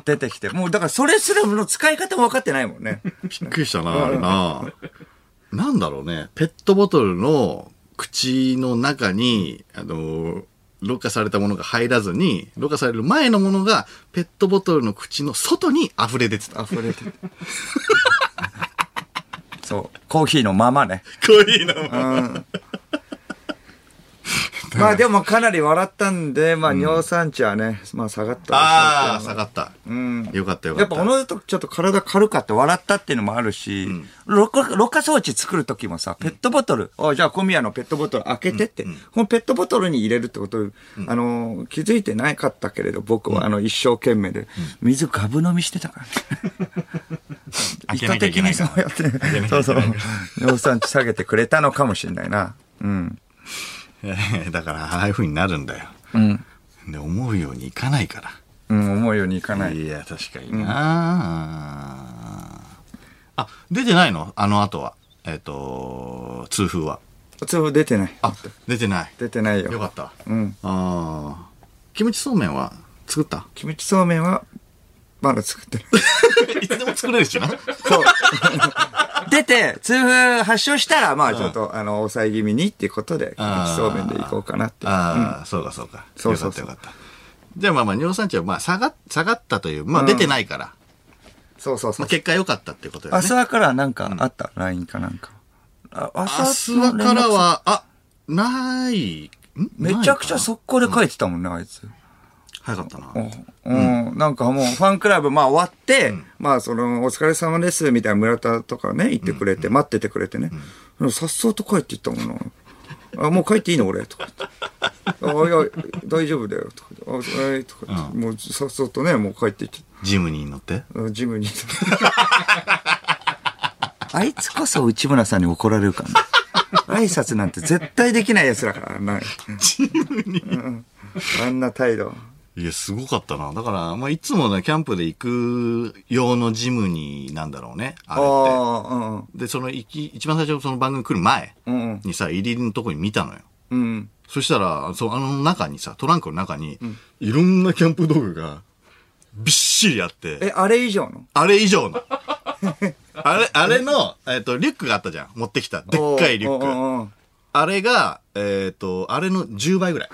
[SPEAKER 2] 出てきて。もうだからそれすらの使い方も分かってないも んね。
[SPEAKER 1] びっくりしたな、あれな。なんだろうね、ペットボトルの口の中に、あの、ろ過されたものが入らずに、ろ過される前のものが、ペットボトルの口の外に溢れ出てた。
[SPEAKER 2] 溢れてる。そう。コーヒーのままね。
[SPEAKER 1] コーヒーの。
[SPEAKER 2] まあでもかなり笑ったんで、まあ尿酸値はね、まあ下がったでしょうけど。
[SPEAKER 1] ああ、下がった。
[SPEAKER 2] うん。
[SPEAKER 1] よかったよか
[SPEAKER 2] や
[SPEAKER 1] っ
[SPEAKER 2] っぱ
[SPEAKER 1] た。
[SPEAKER 2] おのずとちょっと体軽かって笑ったっていうのもあるし、ろ過ろ過装置作る時もさ、ペットボトル、あじゃあ小宮のペットボトル開けてって、このペットボトルに入れるってこと、あの、気づいてなかったけれど、僕はあの一生懸命で、水ガブ飲みしてたから、
[SPEAKER 1] 開
[SPEAKER 2] 意
[SPEAKER 1] け
[SPEAKER 2] 図
[SPEAKER 1] なきゃい
[SPEAKER 2] 的
[SPEAKER 1] けな
[SPEAKER 2] に
[SPEAKER 1] い
[SPEAKER 2] そ
[SPEAKER 1] か
[SPEAKER 2] うやって、そうそう、尿酸値下げてくれたのかもしれないな。うん。
[SPEAKER 1] ら。 だから、ああいう風になるんだよ。
[SPEAKER 2] うん。
[SPEAKER 1] で、思うようにいかないから。
[SPEAKER 2] うん、思うようにいかない。
[SPEAKER 1] いや、確かにな、あ、出てないのあの後は。えっ、と、痛風は。
[SPEAKER 2] 通報出てない。
[SPEAKER 1] あ、出てない。
[SPEAKER 2] 出てないよ。
[SPEAKER 1] よかった。
[SPEAKER 2] うん。
[SPEAKER 1] ああ。キムチそうめんは作った
[SPEAKER 2] キムチそうめんは、まだ作ってな い。
[SPEAKER 1] いつでも作れる しな。
[SPEAKER 2] そう。 出て、痛風発症したら、まあちょっと、あの、抑え気味にっていうことで、キムチそうめんでいこうかなって。
[SPEAKER 1] ああ、そうかそうか。
[SPEAKER 2] そうそうそう
[SPEAKER 1] よかったよかった。じゃあまあまあ、尿酸値はまあ下が、下がったという、まあ出てないから、
[SPEAKER 2] そうそうそ
[SPEAKER 1] まあ
[SPEAKER 2] う。
[SPEAKER 1] 結果良かったっていうこと
[SPEAKER 2] 明
[SPEAKER 1] です
[SPEAKER 2] 日
[SPEAKER 1] ね。
[SPEAKER 2] はからなんかあった、ライ ?LINE かなんか。あ
[SPEAKER 1] 明日はから。は、あ、ない、ん
[SPEAKER 2] めちゃくちゃ
[SPEAKER 1] そ、
[SPEAKER 2] 速攻で書いてたもんね、あいつ。
[SPEAKER 1] 早かったな。
[SPEAKER 2] うん、なんかもうファンクラブまあ終わって、まあその、お疲れ様ですみたいな村田とかね、言ってくれて、待っててくれてね、さっそうと帰っていったもんな。あ、もう帰っていいの俺とか 言って。あ、いや、大丈夫だよとか言って。あ、えーとか言って。もうさっそうとね、もう帰っていっち
[SPEAKER 1] ジムに乗って。
[SPEAKER 2] ゃった。ジ ムに。あいつこそ内村さんに怒られるからね。挨拶なんて絶対できない奴だから、あん な。うんあんな態度。
[SPEAKER 1] いや、すごかったな。だから、まあ、いつもね、キャンプで行く用のジムになんだろうね。あれっ
[SPEAKER 2] ああ、
[SPEAKER 1] て。で、その、行き、一番最初、その番組来る前
[SPEAKER 2] うん。うんうん。
[SPEAKER 1] にさ、入りのとこに見たのよ。
[SPEAKER 2] うん。
[SPEAKER 1] そしたら、そう、あの中にさ、トランクの中に、いろんなキャンプ道具が、びっしりあって、
[SPEAKER 2] え、あれ以上の
[SPEAKER 1] あれ以上の。あれ、あれの、えっ、と、リュックがあったじゃん。持ってきた。でっかいリュ
[SPEAKER 2] おう
[SPEAKER 1] ック。
[SPEAKER 2] おうおう
[SPEAKER 1] あれが、えっ、と、あれの10倍ぐらい。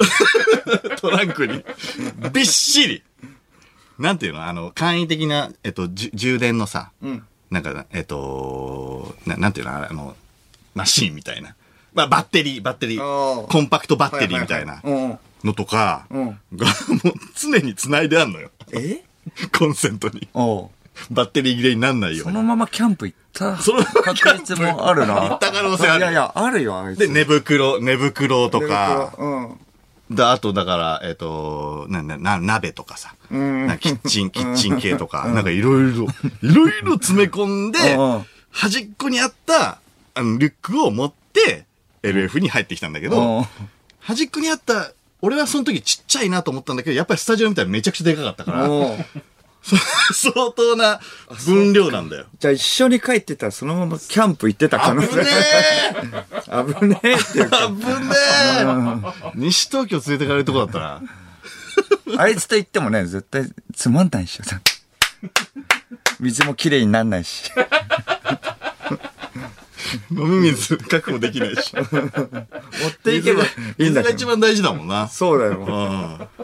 [SPEAKER 1] トランクに。びっしり。なんていうのあの、簡易的な、えっ、と、じゅ充電のさ、なんか、えっ、とな、なんていうのあれあの、マシーンみたいな。まあ、バッテリー、バッテリ
[SPEAKER 2] お
[SPEAKER 1] ー。
[SPEAKER 2] う
[SPEAKER 1] コンパクトバッテリーみたいな。
[SPEAKER 2] ははは
[SPEAKER 1] のとか、
[SPEAKER 2] うん
[SPEAKER 1] が、もう常に繋いであんのよ。
[SPEAKER 2] うんうんえ
[SPEAKER 1] コンセントに。
[SPEAKER 2] おう
[SPEAKER 1] バッテリー切れになんないよ
[SPEAKER 2] そうの
[SPEAKER 1] に。
[SPEAKER 2] ままキャンプ行った
[SPEAKER 1] そのまま
[SPEAKER 2] 確率もあるな。
[SPEAKER 1] 行った可能性ある
[SPEAKER 2] いやいや、あるよ、あいつ。
[SPEAKER 1] で、寝袋、寝袋と
[SPEAKER 2] 寝袋
[SPEAKER 1] か、
[SPEAKER 2] うん。
[SPEAKER 1] であとだから、えっ、と、な、な、な、鍋とかさ、
[SPEAKER 2] ん
[SPEAKER 1] なんかキッチ ン、キッチン系とか、なんかいろいろ、いろいろ詰め込んで
[SPEAKER 2] うん、
[SPEAKER 1] 端っこにあった、あの、リュックを持って、LF に入ってきたんだけど、
[SPEAKER 2] うん
[SPEAKER 1] 端っこにあった俺はその時ちっちゃいなと思ったんだけど、やっぱりスタジオ見たらめちゃくちゃでかかったから、
[SPEAKER 2] おう
[SPEAKER 1] そ 相当な分量なんだよ。
[SPEAKER 2] じゃあ一緒に帰ってたらそのままキャンプ行ってた可
[SPEAKER 1] 危
[SPEAKER 2] 能
[SPEAKER 1] ね
[SPEAKER 2] 性。 危ねえっていう
[SPEAKER 1] え
[SPEAKER 2] か。
[SPEAKER 1] 危ねえ西東京連れてかれるとこだったな。
[SPEAKER 2] あいつと行ってもね、絶対つまんないっしょ。水もきれいになんないし。
[SPEAKER 1] 飲み水確保できないし。
[SPEAKER 2] 持っていけばいいん
[SPEAKER 1] 水
[SPEAKER 2] だ
[SPEAKER 1] が
[SPEAKER 2] け
[SPEAKER 1] 一
[SPEAKER 2] ど。
[SPEAKER 1] 番大事だもんな。
[SPEAKER 2] そうだよ。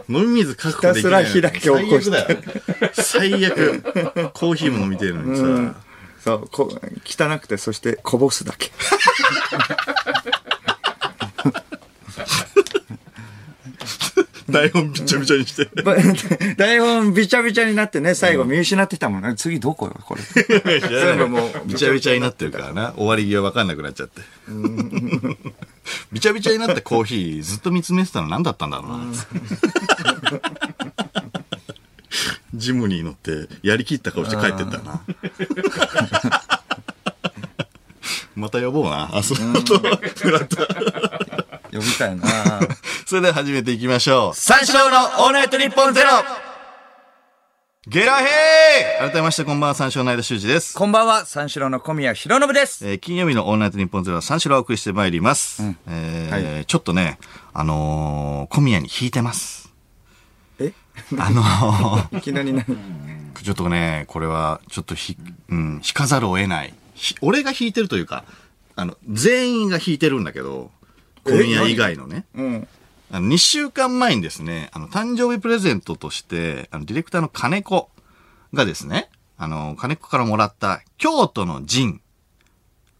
[SPEAKER 1] うん。飲み水確保できない。
[SPEAKER 2] ひたすら開き起こして
[SPEAKER 1] 最悪だよ。最悪。コーヒーも飲みてえのにさ。
[SPEAKER 2] そう、こ汚くて、そしてこぼすだけ。
[SPEAKER 1] 台本びちゃびちゃにして。
[SPEAKER 2] 台本びちゃびちゃになってね、最後見失ってたもんね。次どこよ、こ れ。全部もう。
[SPEAKER 1] びちゃびちゃになってるからな。終わり際わかんなくなっちゃって。 びちゃびちゃになったコーヒーずっと見つめてたの何だったんだろうな。 ジムに乗ってやりきった顔して帰ってったな。 また呼ぼう な。あ、その後、フラット。
[SPEAKER 2] 呼びたいな。
[SPEAKER 1] それでは始めていきましょう。
[SPEAKER 2] 三四郎のオールナイトニッポンゼロ
[SPEAKER 1] ゲラヘー改めましてこんばんは、三四郎の間修二です。
[SPEAKER 2] こんばんは、三四郎の小宮浩信です。
[SPEAKER 1] えー金曜日のオールナイトニッポンゼロは三四郎をお送りしてまいります。えーちょっとね、あのー小宮に引いてます。
[SPEAKER 2] え
[SPEAKER 1] あのー
[SPEAKER 2] いきなり何
[SPEAKER 1] ちょっとね、これは、ちょっとひ、うん、引かざるを得ない。ひ俺が引いてるというか、あの、全員が引いてるんだけど、小宮以外のね。
[SPEAKER 2] うん。
[SPEAKER 1] あの2週間前にですね、あの、誕生日プレゼントとして、あの、ディレクターの金子がですね、あの、金子からもらった京都の陣。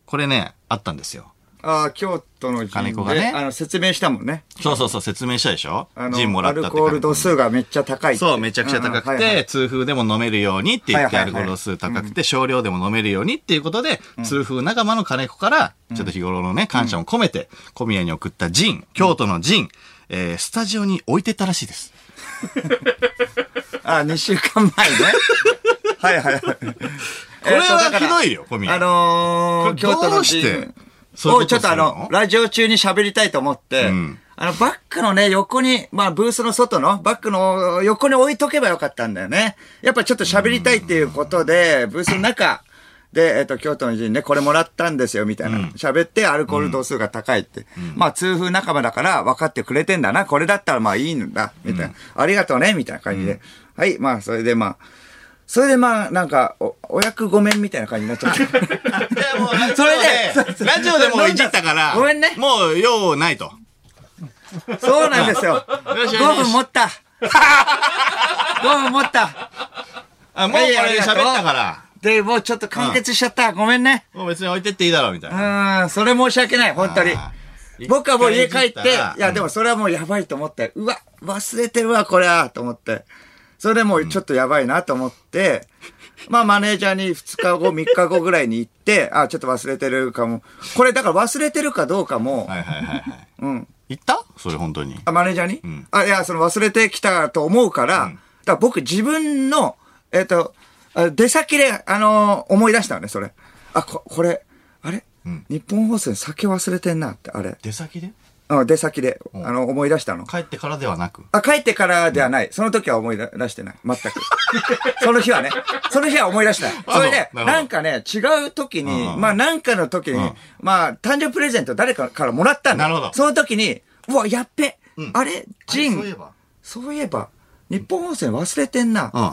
[SPEAKER 1] これね、あったんですよ。
[SPEAKER 2] ああ、京都の
[SPEAKER 1] 金子
[SPEAKER 2] 人
[SPEAKER 1] が
[SPEAKER 2] で、
[SPEAKER 1] ね
[SPEAKER 2] あの、説明したもんね。
[SPEAKER 1] そうそうそう、説明したでしょ
[SPEAKER 2] あの、
[SPEAKER 1] 陣もら
[SPEAKER 2] ア
[SPEAKER 1] ったって
[SPEAKER 2] ル
[SPEAKER 1] 金
[SPEAKER 2] コール
[SPEAKER 1] 子
[SPEAKER 2] 度数がめっちゃ高いって。
[SPEAKER 1] そう、めちゃくちゃ高
[SPEAKER 2] う
[SPEAKER 1] く
[SPEAKER 2] んうんはいは
[SPEAKER 1] て、
[SPEAKER 2] い
[SPEAKER 1] 痛風でも飲めるようにって言って、
[SPEAKER 2] は
[SPEAKER 1] ア
[SPEAKER 2] いはい
[SPEAKER 1] ルコ
[SPEAKER 2] はい
[SPEAKER 1] ール度数高くて、少量でも飲めるようにっていうことで、痛風仲間の金子から、ちょっと日頃のね、感謝も込めて、小宮に送ったジン、京都のジン、えースタジオに置いてったらしいです。
[SPEAKER 2] あ、2週間 前ね。はいはいはい。こ
[SPEAKER 1] これはひどいよ、小宮。
[SPEAKER 2] あ
[SPEAKER 1] こ
[SPEAKER 2] のー、
[SPEAKER 1] れ
[SPEAKER 2] 京都
[SPEAKER 1] ど
[SPEAKER 2] の
[SPEAKER 1] うして
[SPEAKER 2] 人
[SPEAKER 1] そういう
[SPEAKER 2] を
[SPEAKER 1] こと
[SPEAKER 2] ちょっとあ
[SPEAKER 1] するの
[SPEAKER 2] の、ラジオ中に喋りたいと思って、
[SPEAKER 1] うん
[SPEAKER 2] あの、バックのね、横に、まあ、ブースの外の、バックの横に置いとけばよかったんだよね。やっぱちょっと喋りたいっていうことで、ブースの中で、えっと、京都の人にね、これもらったんですよ、みたいな。喋、って、アルコール度数が高いって。まあ、痛風仲間だから分かってくれてんだな。これだったらまあいいんだ、みたいな。ありがとうね、みたいな感じで。はい、まあ、それでまあ、それでまあ、なんか、お、お役ごめんみたいな感じになっちゃって。
[SPEAKER 1] そ
[SPEAKER 2] そ
[SPEAKER 1] れ
[SPEAKER 2] れ
[SPEAKER 1] で、
[SPEAKER 2] で
[SPEAKER 1] ラジオでもいじったから、
[SPEAKER 2] ごめんね
[SPEAKER 1] もう用ないと。
[SPEAKER 2] そうなんですよ。
[SPEAKER 1] ろしくお願いします
[SPEAKER 2] 5分持った。5分持った。
[SPEAKER 1] あ、もうこ
[SPEAKER 2] はいあ
[SPEAKER 1] れ
[SPEAKER 2] り
[SPEAKER 1] 喋
[SPEAKER 2] が
[SPEAKER 1] っ
[SPEAKER 2] とう
[SPEAKER 1] たから、
[SPEAKER 2] で、もうちょっと完結しちゃった。ごめんね。
[SPEAKER 1] もう別に置いてっていいだろ、みたいうな。
[SPEAKER 2] ん、それ申し訳ない、本当に
[SPEAKER 1] あ。ー
[SPEAKER 2] 僕はもう家帰って、いや、で
[SPEAKER 1] も、
[SPEAKER 2] もそれはもうやばいと思って、うわ、忘れてるわ、これは、と思って。それでもうちょっとやばいなと思って、まあマネージャーに2日後、3日後ぐらいに行って、あ、ちょっと忘れてるかも。これだから忘れてるかどうかも、
[SPEAKER 1] はいはいはいはい。
[SPEAKER 2] うん、
[SPEAKER 1] 言ったそれ本当に。
[SPEAKER 2] あ、マネージャーに、あ、いや、その忘れてきたと思うから、だから僕自分の、えっ、と、あ出先で、あのー思い出したのね、それ。あ、こ、これ、あれ、日本放送に酒忘れてんなって、あれ。
[SPEAKER 1] 出先で
[SPEAKER 2] うん、出先で、あの、思い出したの。
[SPEAKER 1] 帰ってからではなく。
[SPEAKER 2] あ、帰ってからではない。その時は思い出してない。全く。 その日はね。その日は思い出してない。
[SPEAKER 1] あ
[SPEAKER 2] それで、
[SPEAKER 1] そうなるほど
[SPEAKER 2] なんかね、違う時に、
[SPEAKER 1] うん
[SPEAKER 2] まあなんかの時に、
[SPEAKER 1] うん
[SPEAKER 2] まあ誕生日プレゼント誰かからもらったんだ。
[SPEAKER 1] なるほど
[SPEAKER 2] その時に、うわ、やっべ、あれ、ジ
[SPEAKER 1] あそういえ
[SPEAKER 2] ン
[SPEAKER 1] ば、
[SPEAKER 2] そういえば、日本温泉忘れてんな。
[SPEAKER 1] うん。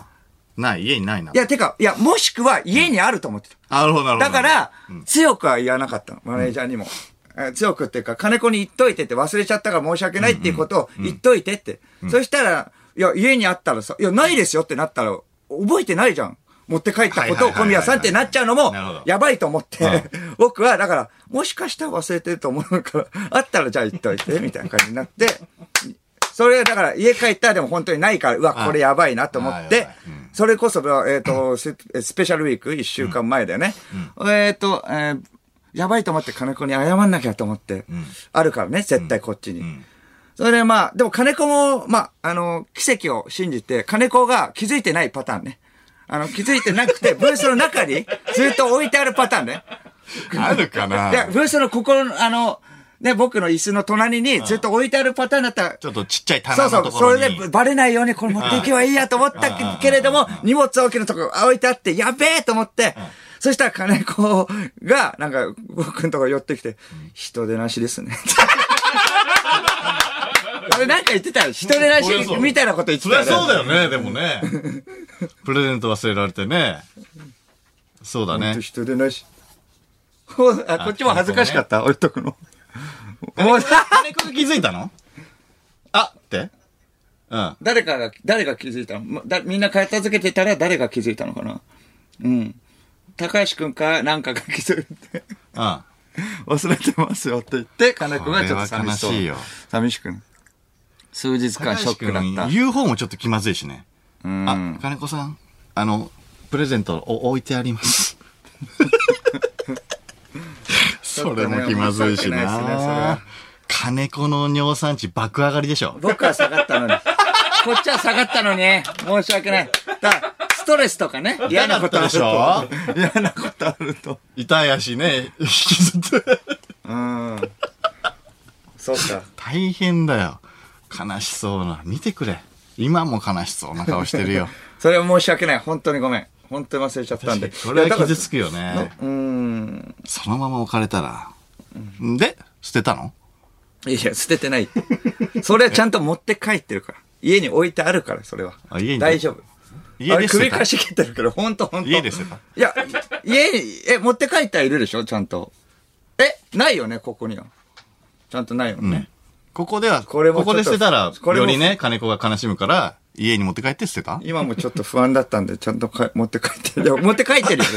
[SPEAKER 1] ない、家にないな。
[SPEAKER 2] いや、てか、いや、もしくは家にあると思ってた。
[SPEAKER 1] なるほどなるほ
[SPEAKER 2] だ
[SPEAKER 1] ど。
[SPEAKER 2] から、強くは言わなかったの、マネージャーにも。えー強くっていうか、金子に言っといてって忘れちゃったから申し訳ないっていうことを言っといてって。そしたら、いや、家にあったらさ、いや、ないですよってなったら、覚えてないじゃん。持って帰ったこと
[SPEAKER 1] はいはいはい
[SPEAKER 2] を小宮さんってなっちゃうのも
[SPEAKER 1] なるほど、
[SPEAKER 2] やばいと思って、
[SPEAKER 1] うん
[SPEAKER 2] 僕は、だから、もしかしたら忘れてると思うから、あったらじゃあ言っといて、みたいな感じになって、それだから家帰ったらでも本当にないから、うわ、これやばいなと思っ
[SPEAKER 1] あーや
[SPEAKER 2] て
[SPEAKER 1] ばい、
[SPEAKER 2] それこそ、えっ、と、ススペシャルウィーク一週間前だよね。えっ、と、えーやばいと思って金子に謝んなきゃと思って、あるからね、絶対こっちに。それでまあ、でも金子も、まあ、あの、奇跡を信じて、金子が気づいてないパターンね。あの、気づいてな くて、ブースの中にずっと置いてあるパターンね。
[SPEAKER 1] あるかない
[SPEAKER 2] や、ブースのここの、あの、ね、僕の椅子の隣にずっと置いてあるパターンだったら、
[SPEAKER 1] ちょっとちっちゃい
[SPEAKER 2] そ
[SPEAKER 1] 棚
[SPEAKER 2] うそ
[SPEAKER 1] の
[SPEAKER 2] う、
[SPEAKER 1] とこ
[SPEAKER 2] そ
[SPEAKER 1] ろ
[SPEAKER 2] れ
[SPEAKER 1] に。
[SPEAKER 2] でバレないようにこれ持っていけばいいやと思ったけれども、荷物置きのとこ置いてあって、やべえと思って、そしたら金子が、なんか、僕のとこ寄ってきて、人出なしですね。 あれなんか言ってたよ。人出なし
[SPEAKER 1] うんそりゃそう
[SPEAKER 2] みたいなこと言って
[SPEAKER 1] そ
[SPEAKER 2] た
[SPEAKER 1] りゃ
[SPEAKER 2] よね。
[SPEAKER 1] そうだよね、でもね。プレゼント忘れられてね。そうだ
[SPEAKER 2] ほん
[SPEAKER 1] ね
[SPEAKER 2] と。人出なし。ほうあ、こっちも恥ずかしかった。置いと くの。もう
[SPEAKER 1] 金子が気づいたのあってうん。
[SPEAKER 2] 誰かが、誰が気づいたのまだみんな片付けてたら誰が気づいたのかなうん。高橋くんか、なんかが気づいて、
[SPEAKER 1] うん。
[SPEAKER 2] 忘れてますよって言って、金子がちょっと寂しそう。
[SPEAKER 1] これは悲しいよ
[SPEAKER 2] 寂しくん。数日間ショックだった。
[SPEAKER 1] 言う方もちょっと気まずいしね。
[SPEAKER 2] うん
[SPEAKER 1] あ、金子さん、あの、プレゼントを置いてあり ます。それも気まずいし
[SPEAKER 2] ちょっとね面白くないですねそれ
[SPEAKER 1] な
[SPEAKER 2] は。
[SPEAKER 1] 金子の尿酸値爆上がりでしょ。
[SPEAKER 2] 僕は下がったのに。 こっちは下がったのに。申し訳ない。だストレスとかね。嫌なことあると。
[SPEAKER 1] 嫌なこ
[SPEAKER 2] 嫌なことあると。
[SPEAKER 1] 痛い足ね、引きずって。
[SPEAKER 2] うん。そうか。
[SPEAKER 1] 大変だよ。悲しそうな。見てくれ。今も悲しそうな顔して るよ。
[SPEAKER 2] それは申し訳ない。本当にごめん。本当に忘れちゃったんで。
[SPEAKER 1] これは傷つ
[SPEAKER 2] く。
[SPEAKER 1] くよね。
[SPEAKER 2] うーん。
[SPEAKER 1] そのまま置かれたら。で、捨てたの
[SPEAKER 2] いや、捨ててない。それはちゃんと持って帰ってるから。家に置いてあるから、それは。
[SPEAKER 1] あ家に
[SPEAKER 2] 大丈夫。
[SPEAKER 1] 家
[SPEAKER 2] あ
[SPEAKER 1] で
[SPEAKER 2] れ
[SPEAKER 1] 捨て
[SPEAKER 2] 首
[SPEAKER 1] た
[SPEAKER 2] かしげてるけど、ほんとほんと。
[SPEAKER 1] 家で捨てた
[SPEAKER 2] いや、家に、え、持って帰ってはいるでしょちゃんと。え、ないよね、ここには。ちゃんとないよね。
[SPEAKER 1] ここでは、
[SPEAKER 2] これも
[SPEAKER 1] ここで
[SPEAKER 2] ち
[SPEAKER 1] 捨
[SPEAKER 2] ょっと
[SPEAKER 1] てたら、
[SPEAKER 2] これ
[SPEAKER 1] よ
[SPEAKER 2] も
[SPEAKER 1] りね、金子が悲しむから、家に持って帰って捨てた
[SPEAKER 2] 今もちょっと不安だったんで、ちゃんとか持って帰ってる。いや持って帰ってるよ。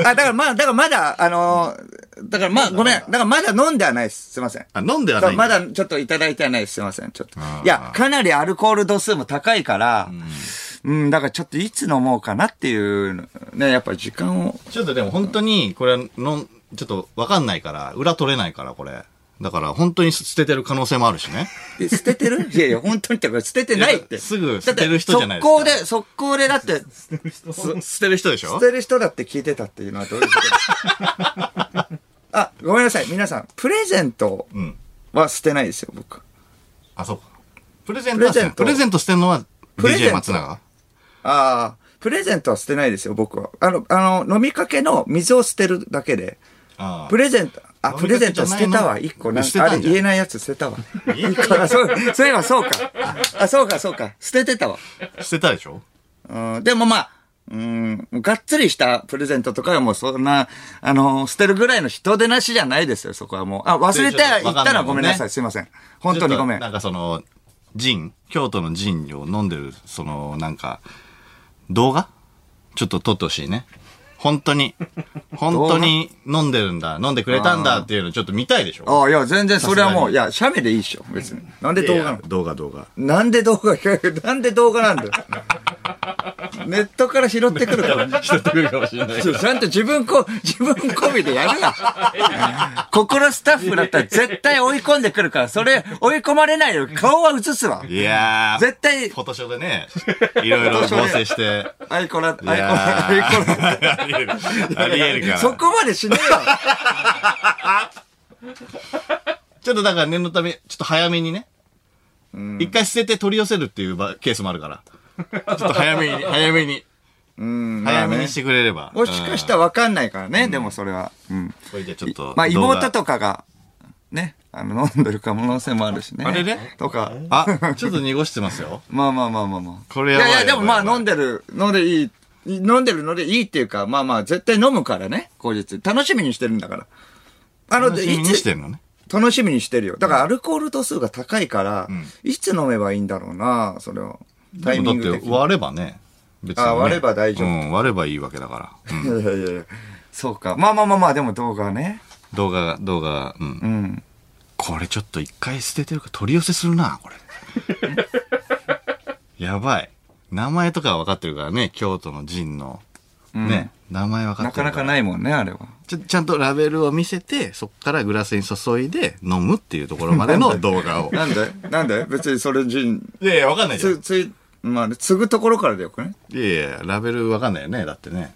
[SPEAKER 2] あ、だからまあ、だからまだ、あのーだからまあ、ごめん。だからまだ飲んではないです。すいません。
[SPEAKER 1] あ、飲んでは
[SPEAKER 2] だか
[SPEAKER 1] な
[SPEAKER 2] ら
[SPEAKER 1] い。
[SPEAKER 2] ま。だちょっといただいてはないです。すいません。ちょっと
[SPEAKER 1] あ。ー
[SPEAKER 2] いや、かなりアルコール度数も高いから、うん、だからちょっといつ飲もうかなっていう、ね、やっぱ時間を。
[SPEAKER 1] ちょっとでも本当に、これは、のん、ちょっとわかんないから、裏取れないから、これ。だから、本当に捨ててる可能性もあるし ね。
[SPEAKER 2] え捨ててるいやいや、本当にってか捨ててないっ
[SPEAKER 1] い
[SPEAKER 2] て。
[SPEAKER 1] やすぐ捨てる人じゃないです
[SPEAKER 2] だっ
[SPEAKER 1] か
[SPEAKER 2] て速攻で、速攻でだって、
[SPEAKER 1] 捨てる人でし
[SPEAKER 2] 捨
[SPEAKER 1] ょ
[SPEAKER 2] てる人だって聞いてたっていうのはどういうことですか あ、ごめんなさい。皆さん、プレゼント
[SPEAKER 1] うん。
[SPEAKER 2] は捨てないですよ、僕。
[SPEAKER 1] あ、そうか。プレゼントは捨てない
[SPEAKER 2] プ
[SPEAKER 1] プ
[SPEAKER 2] レ
[SPEAKER 1] レ
[SPEAKER 2] ゼ
[SPEAKER 1] ゼント捨てるのは、
[SPEAKER 2] プレゼント
[SPEAKER 1] DJ 松永
[SPEAKER 2] ああ、プレゼントは捨てないですよ、僕は。あの、あの、飲みかけの水を捨てるだけで。
[SPEAKER 1] あ
[SPEAKER 2] プレゼント、あ、
[SPEAKER 1] 飲
[SPEAKER 2] プ
[SPEAKER 1] み
[SPEAKER 2] レ
[SPEAKER 1] かけ
[SPEAKER 2] ゼン
[SPEAKER 1] じ
[SPEAKER 2] ト
[SPEAKER 1] ゃ
[SPEAKER 2] 捨
[SPEAKER 1] ないの
[SPEAKER 2] てたわ、一個。なん
[SPEAKER 1] 捨て
[SPEAKER 2] あ
[SPEAKER 1] た
[SPEAKER 2] れ
[SPEAKER 1] んじゃん
[SPEAKER 2] 言えないやつ捨てたわ。一個あそう、そういえばそうか。あ、そうか、そうか。捨ててたわ。
[SPEAKER 1] あ。捨てたでしょ
[SPEAKER 2] うん、でもまあ、うん、がっつりしたプレゼントとかはもうそんな、あの、捨てるぐらいの人出なしじゃないですよ、そこはもう。あ、忘れてはいったらごめんなさい、すいません。本当にごめん
[SPEAKER 1] ちょっとな。んかその、ジン、京都のジンを飲んでる、その、なんか、動画ちょっと撮ってほしいね。本当 に、本当に飲んでるんだ、飲んでくれたんだっていうのちょっと見たいでしょ
[SPEAKER 2] あいや、全然それはもう、
[SPEAKER 1] さす
[SPEAKER 2] い
[SPEAKER 1] が
[SPEAKER 2] や、写メでいいっしょ、別に。なんで動画なの
[SPEAKER 1] いや動画動画。
[SPEAKER 2] なんで動画、なんで動画なんだよ。ネットから拾ってくるか ら。
[SPEAKER 1] 人ってくるかもし れない
[SPEAKER 2] ち。ょちゃんと自分こ、自分込みでやるな。ここのスタッフだったら絶対追い込んでくるから、それ追い込まれないように顔は映すわ。
[SPEAKER 1] いやー、
[SPEAKER 2] 絶対
[SPEAKER 1] フォトショーでね、いろいろ合成 して。
[SPEAKER 2] アイコラ、アイコ
[SPEAKER 1] いや
[SPEAKER 2] ラ、アイコラ。
[SPEAKER 1] ーありえる。ありえるから。
[SPEAKER 2] そこまでしねえわ。
[SPEAKER 1] ちょっとだから念のため、ちょっと早めにね。一回捨てて取り寄せるっていう場ケースもある から。ちょっと早めに、早めに。
[SPEAKER 2] うん
[SPEAKER 1] 早めにしてくれれば。
[SPEAKER 2] もしかしたらわかんないからね、でもそれは。うん。
[SPEAKER 1] うんこれじゃちょっと。
[SPEAKER 2] まあ妹
[SPEAKER 1] と。
[SPEAKER 2] とかが、ね、あの、飲んでる可能性もあるしね。
[SPEAKER 1] あれね
[SPEAKER 2] とか。
[SPEAKER 1] あ、ちょっと濁してます よ。
[SPEAKER 2] まあまあまあまあまあ。
[SPEAKER 1] これやばい
[SPEAKER 2] いやいや、でもま
[SPEAKER 1] やばいやば
[SPEAKER 2] あ
[SPEAKER 1] い
[SPEAKER 2] 飲んでるのでいい。飲んでるのでいいっていうか、まあまあ絶対飲むからね、後日。楽しみにしてるんだから。あ
[SPEAKER 1] 楽しみに
[SPEAKER 2] いつ
[SPEAKER 1] してるのね。
[SPEAKER 2] 楽しみにしてるよ。だからアルコール度数が高いから、
[SPEAKER 1] ん
[SPEAKER 2] いつ飲めばいいんだろうな、それは。タ
[SPEAKER 1] で
[SPEAKER 2] イ
[SPEAKER 1] も
[SPEAKER 2] ミン
[SPEAKER 1] だっ
[SPEAKER 2] グ的
[SPEAKER 1] て
[SPEAKER 2] に。
[SPEAKER 1] 割ればね。別ね
[SPEAKER 2] あ割れば大丈夫
[SPEAKER 1] うん、割ればいいわけだから。うん
[SPEAKER 2] いやいや いやそうか。まあまあまあまあ、でも動画ね。
[SPEAKER 1] 動画が、動画、うん
[SPEAKER 2] うん。
[SPEAKER 1] これちょっと一回捨ててるから取り寄せするな、こ れ。やばい。名前とかは分かってるからね、京都の陣の。ね、名前分か
[SPEAKER 2] な
[SPEAKER 1] って
[SPEAKER 2] か
[SPEAKER 1] る
[SPEAKER 2] なかないもんね、あれは。
[SPEAKER 1] ちゃちゃんとラベルを見せて、そこからグラスに注いで飲むっていうところまでの動画を。
[SPEAKER 2] なんでなんで別にそれ人、
[SPEAKER 1] いやいや、分かんないじゃん。
[SPEAKER 2] つ、つい、まあ、継ぐところからでよくね。
[SPEAKER 1] いやいや、ラベル分かんないよね、だってね。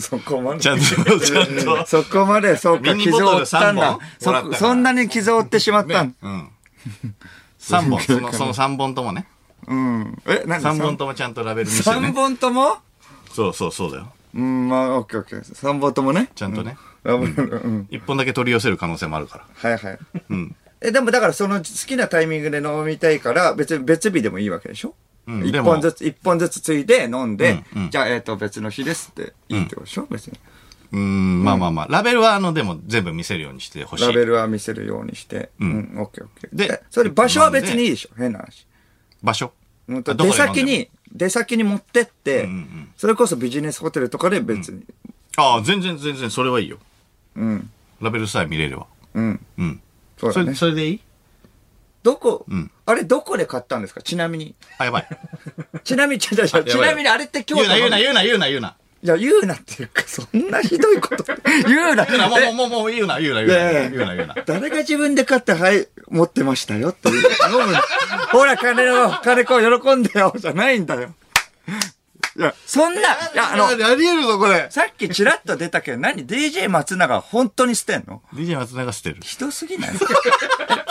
[SPEAKER 2] そこまで。
[SPEAKER 1] ちゃんと、 ちゃんと。
[SPEAKER 2] そこまで、そうか、
[SPEAKER 1] ミニ
[SPEAKER 2] 傷
[SPEAKER 1] ボ
[SPEAKER 2] を
[SPEAKER 1] ト
[SPEAKER 2] 負
[SPEAKER 1] ル
[SPEAKER 2] った
[SPEAKER 1] 三本
[SPEAKER 2] んだ
[SPEAKER 1] もらったか
[SPEAKER 2] そ。
[SPEAKER 1] ら
[SPEAKER 2] そんなに傷を負ってしまったん。
[SPEAKER 1] うん。3本、その、その3本ともね。
[SPEAKER 2] うん。え、何
[SPEAKER 1] 3本ともちゃんとラベル見せて
[SPEAKER 2] 三
[SPEAKER 1] ね。
[SPEAKER 2] 本とも
[SPEAKER 1] そうそうそうだよ。
[SPEAKER 2] うん、まあ、オッケーオッケー。三本ともね。
[SPEAKER 1] ちゃんとね。
[SPEAKER 2] あうんうん。
[SPEAKER 1] 1本だけ取り寄せる可能性もあるから。
[SPEAKER 2] はいはい。
[SPEAKER 1] うん。
[SPEAKER 2] え、でもだからその好きなタイミングで飲みたいから、別に別日でもいいわけでしょ
[SPEAKER 1] うん
[SPEAKER 2] 一
[SPEAKER 1] でも
[SPEAKER 2] 本ずつ、一本ずつついで飲んで、
[SPEAKER 1] うんうん
[SPEAKER 2] じゃあ、えっ、と、別の日ですって、いいってことでしょ、別に。
[SPEAKER 1] うーん、まあまあまあ。ラベルは、あの、でも全部見せるようにしてほしい。
[SPEAKER 2] ラベルは見せるようにして。うんん、オッケーオッケー。
[SPEAKER 1] で
[SPEAKER 2] で、それ場所は別にいいでしょ変な話。
[SPEAKER 1] 場所。
[SPEAKER 2] うんと
[SPEAKER 1] ど
[SPEAKER 2] 出
[SPEAKER 1] こで飲んで
[SPEAKER 2] 先
[SPEAKER 1] も
[SPEAKER 2] に、出先に持ってって、
[SPEAKER 1] うんうん
[SPEAKER 2] それこそビジネスホテルとかで別に。
[SPEAKER 1] ああ、全然全然、それはいいよ。
[SPEAKER 2] うん。
[SPEAKER 1] ラベルさえ見れれば。
[SPEAKER 2] うん。
[SPEAKER 1] うん。
[SPEAKER 2] そうだね。
[SPEAKER 1] それでいい
[SPEAKER 2] どこ、
[SPEAKER 1] ん
[SPEAKER 2] あれどこで買ったんですかちなみに。
[SPEAKER 1] あ、 やばい。
[SPEAKER 2] ちなみに、ちょちょち
[SPEAKER 1] あ
[SPEAKER 2] ょ
[SPEAKER 1] やばい
[SPEAKER 2] ちなみにあれって今
[SPEAKER 1] 言う
[SPEAKER 2] 日
[SPEAKER 1] な、言うな、
[SPEAKER 2] い
[SPEAKER 1] 言うな、言うな、言うな。
[SPEAKER 2] や、言うなっていうか、そんなひどいこと。言うな。
[SPEAKER 1] 言うな、も
[SPEAKER 2] え
[SPEAKER 1] う、もう、もう、言うな、言うな、言う
[SPEAKER 2] いやい
[SPEAKER 1] な。
[SPEAKER 2] や
[SPEAKER 1] 言うな、言うな。
[SPEAKER 2] 誰が自分で買って、はい、持ってましたよっていう。飲むほら、金の、金子喜んでよ、じゃないんだよ。いや、そんな、いや、あの、
[SPEAKER 1] ありえるぞ、これ。
[SPEAKER 2] さっきチラッと出たけど、何 ?DJ 松永本当に捨てんの
[SPEAKER 1] DJ 松永捨てる。
[SPEAKER 2] ひどすぎない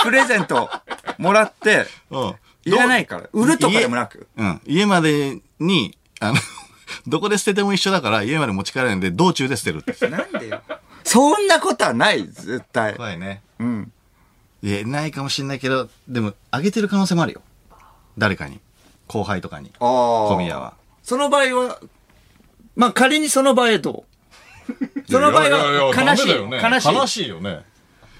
[SPEAKER 2] プレゼントもらって、
[SPEAKER 1] うん。
[SPEAKER 2] いらないから。売るとかでもなく。
[SPEAKER 1] うん。家までに、あの、 どこで捨てても一緒だから、家まで持ち帰らないんで、道中で捨てるって。
[SPEAKER 2] なんでよ。そんなことはない、絶対。
[SPEAKER 1] 怖いね。
[SPEAKER 2] うん。
[SPEAKER 1] いや、ないかもしんないけど、でも、あげてる可能性もあるよ。誰かに。後輩とかに。
[SPEAKER 2] ああ。
[SPEAKER 1] 小宮は。
[SPEAKER 2] その場合は、まあ仮にその場合どうその場合は悲しい。悲しい。
[SPEAKER 1] しいよね。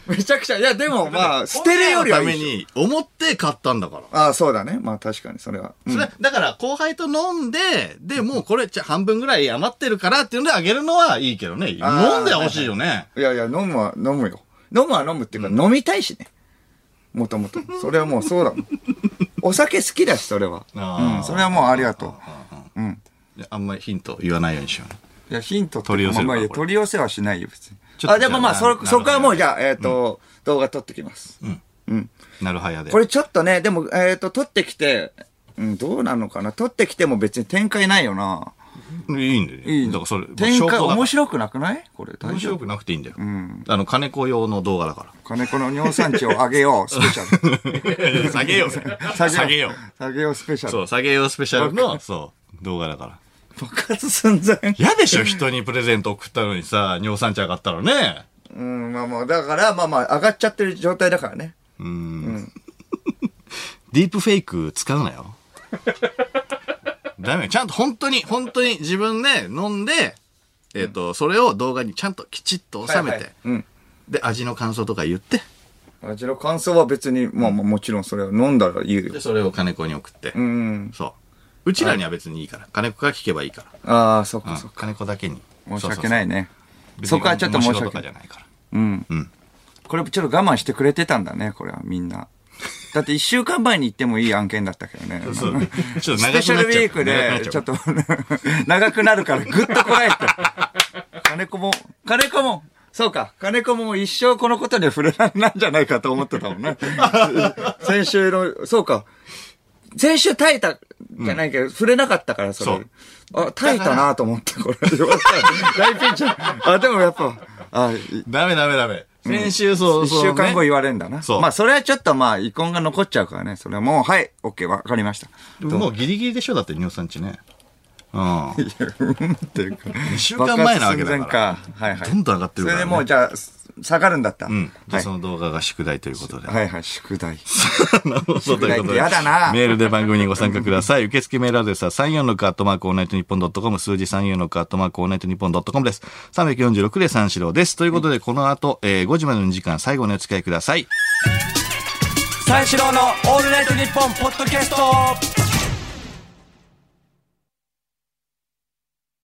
[SPEAKER 2] めちゃくちゃ。いや、で もまあ、捨てるよりは
[SPEAKER 1] ため
[SPEAKER 2] いいでし
[SPEAKER 1] に、思って買ったんだから。
[SPEAKER 2] ょ。ああ、そうだね。まあ確かに、それは。うん
[SPEAKER 1] それ、だから、後輩と飲んで、で、もうこれ、ちょ半分ぐらい余ってるからっていうのであげるのはいいけどね。
[SPEAKER 2] あー
[SPEAKER 1] 飲んでほしいよね。
[SPEAKER 2] いやいや、飲むは飲むよ。飲むは飲むっていうか、飲みたいしね。もともと。それはもうそうだも ん。お酒好きだし、それは。
[SPEAKER 1] あー
[SPEAKER 2] うん。それはもうありがとう。うん。
[SPEAKER 1] いやあんまりヒント言わないようにしようね。
[SPEAKER 2] いや、ヒントって
[SPEAKER 1] 取り寄せるか
[SPEAKER 2] まあまあいや
[SPEAKER 1] これ
[SPEAKER 2] 取り寄せはしないよ、別に
[SPEAKER 1] ち。ょっと
[SPEAKER 2] あ、でもまあ、
[SPEAKER 1] じゃあ
[SPEAKER 2] そ、
[SPEAKER 1] な
[SPEAKER 2] そこはもう、じ
[SPEAKER 1] な
[SPEAKER 2] ゃあ、えっと、動画撮ってきます。
[SPEAKER 1] ん
[SPEAKER 2] うん。
[SPEAKER 1] なるはやで。
[SPEAKER 2] これちょっとね、でも、えっと、撮ってきて、うん、どうなのかな撮ってきても別に展開ないよな。
[SPEAKER 1] いいんだよ。
[SPEAKER 2] いい
[SPEAKER 1] だからそれ、
[SPEAKER 2] 展
[SPEAKER 1] 証拠
[SPEAKER 2] 開
[SPEAKER 1] だから
[SPEAKER 2] 面白くなくないこれ、大
[SPEAKER 1] 面
[SPEAKER 2] 丈
[SPEAKER 1] 白
[SPEAKER 2] 夫。
[SPEAKER 1] くなくていいんだよ。
[SPEAKER 2] ん
[SPEAKER 1] あの、金子用の動画だか
[SPEAKER 2] 金子の尿酸値を上げよ う、スペシャル。
[SPEAKER 1] ら。 下げようぜ。下げよう。。
[SPEAKER 2] 下げようスペシャル。
[SPEAKER 1] そう、下げようスペシャルの、 そう、動画だから。
[SPEAKER 2] 爆発寸前。
[SPEAKER 1] 嫌でしょ、人にプレゼント送ったのにさ、尿酸値上がったらね。
[SPEAKER 2] うん、まあまあ、だから、まあまあ、上がっちゃってる状態だからね。
[SPEAKER 1] うーん。ディープフェイク使うなよ。ダメよ。ちゃんと本当に、本当に自分で飲んで、えっ、と、それを動画にちゃんときちっと収めて、
[SPEAKER 2] はいはいうん。
[SPEAKER 1] で、味の感想とか言って、
[SPEAKER 2] 味の感想は別に、まあまあ、もちろんそれを飲んだら言うよ
[SPEAKER 1] で、。それを金子に送って。
[SPEAKER 2] うん。
[SPEAKER 1] そう。うちらには別にいいから。金子が聞けばいいから。
[SPEAKER 2] ああ、そっか
[SPEAKER 1] あ
[SPEAKER 2] そっか。
[SPEAKER 1] 金子だけに。。
[SPEAKER 2] 申し訳ないいね。
[SPEAKER 1] 別
[SPEAKER 2] そ
[SPEAKER 1] に
[SPEAKER 2] こはちょっと申し
[SPEAKER 1] 面白とかじ
[SPEAKER 2] 訳な
[SPEAKER 1] ゃ
[SPEAKER 2] い。
[SPEAKER 1] ないから。
[SPEAKER 2] うん。
[SPEAKER 1] うん。
[SPEAKER 2] これちょっと我慢してくれてたんだね、これはみんな。だって一週間前に行ってもいい案件だったけどね。
[SPEAKER 1] そう。ちょっと長
[SPEAKER 2] スペ
[SPEAKER 1] く
[SPEAKER 2] シャ
[SPEAKER 1] な
[SPEAKER 2] ル
[SPEAKER 1] っ
[SPEAKER 2] ウ
[SPEAKER 1] ちゃ
[SPEAKER 2] ィ
[SPEAKER 1] う
[SPEAKER 2] ーク
[SPEAKER 1] から長くなっ
[SPEAKER 2] で
[SPEAKER 1] ち、
[SPEAKER 2] ち
[SPEAKER 1] ゃ
[SPEAKER 2] ょ
[SPEAKER 1] う
[SPEAKER 2] っと 長くなるからぐっとこらえて。金子も、金子も、そうか、金子も一生このことには触れられないんじゃないかと思ってたも んね。先週の、そうか、先週耐えたじゃないけど、触れなかったから、それ。
[SPEAKER 1] そう
[SPEAKER 2] あ、耐えたなと思って、これ。 大ピンチ。あ、でもやっぱ、あ、い
[SPEAKER 1] ダメダメダメ。先週そう
[SPEAKER 2] 一
[SPEAKER 1] そう、ね。
[SPEAKER 2] 週間後言われんだな。
[SPEAKER 1] そう
[SPEAKER 2] まあ、それはちょっとまあ、遺恨が残っちゃうからね。それはもう、はい、オッケー、わかりました。
[SPEAKER 1] もうギリギリでしょだって尿酸値ね。うん。
[SPEAKER 2] いやうんっていうか。2
[SPEAKER 1] 週間前なわけだから
[SPEAKER 2] はいはい。
[SPEAKER 1] どんどん上がってるからね
[SPEAKER 2] それでもうじゃあ、下がるんだった。
[SPEAKER 1] うん。じゃ
[SPEAKER 2] は
[SPEAKER 1] あ
[SPEAKER 2] い
[SPEAKER 1] そ。の動画が宿題ということで。
[SPEAKER 2] はいはい、宿題。
[SPEAKER 1] なるほどということで。
[SPEAKER 2] やだな
[SPEAKER 1] メールで番組にご参加ください。受付メールアドレスは34のカットマークオールナイトニッポンドットコム、数字34のカットマークオールナイトニッポンドットコムです。346で三四郎です。ということで、この後、えー5時までの時間、最後にお付き合いください。
[SPEAKER 2] 三四郎のオールナイトニッポンポッドキャスト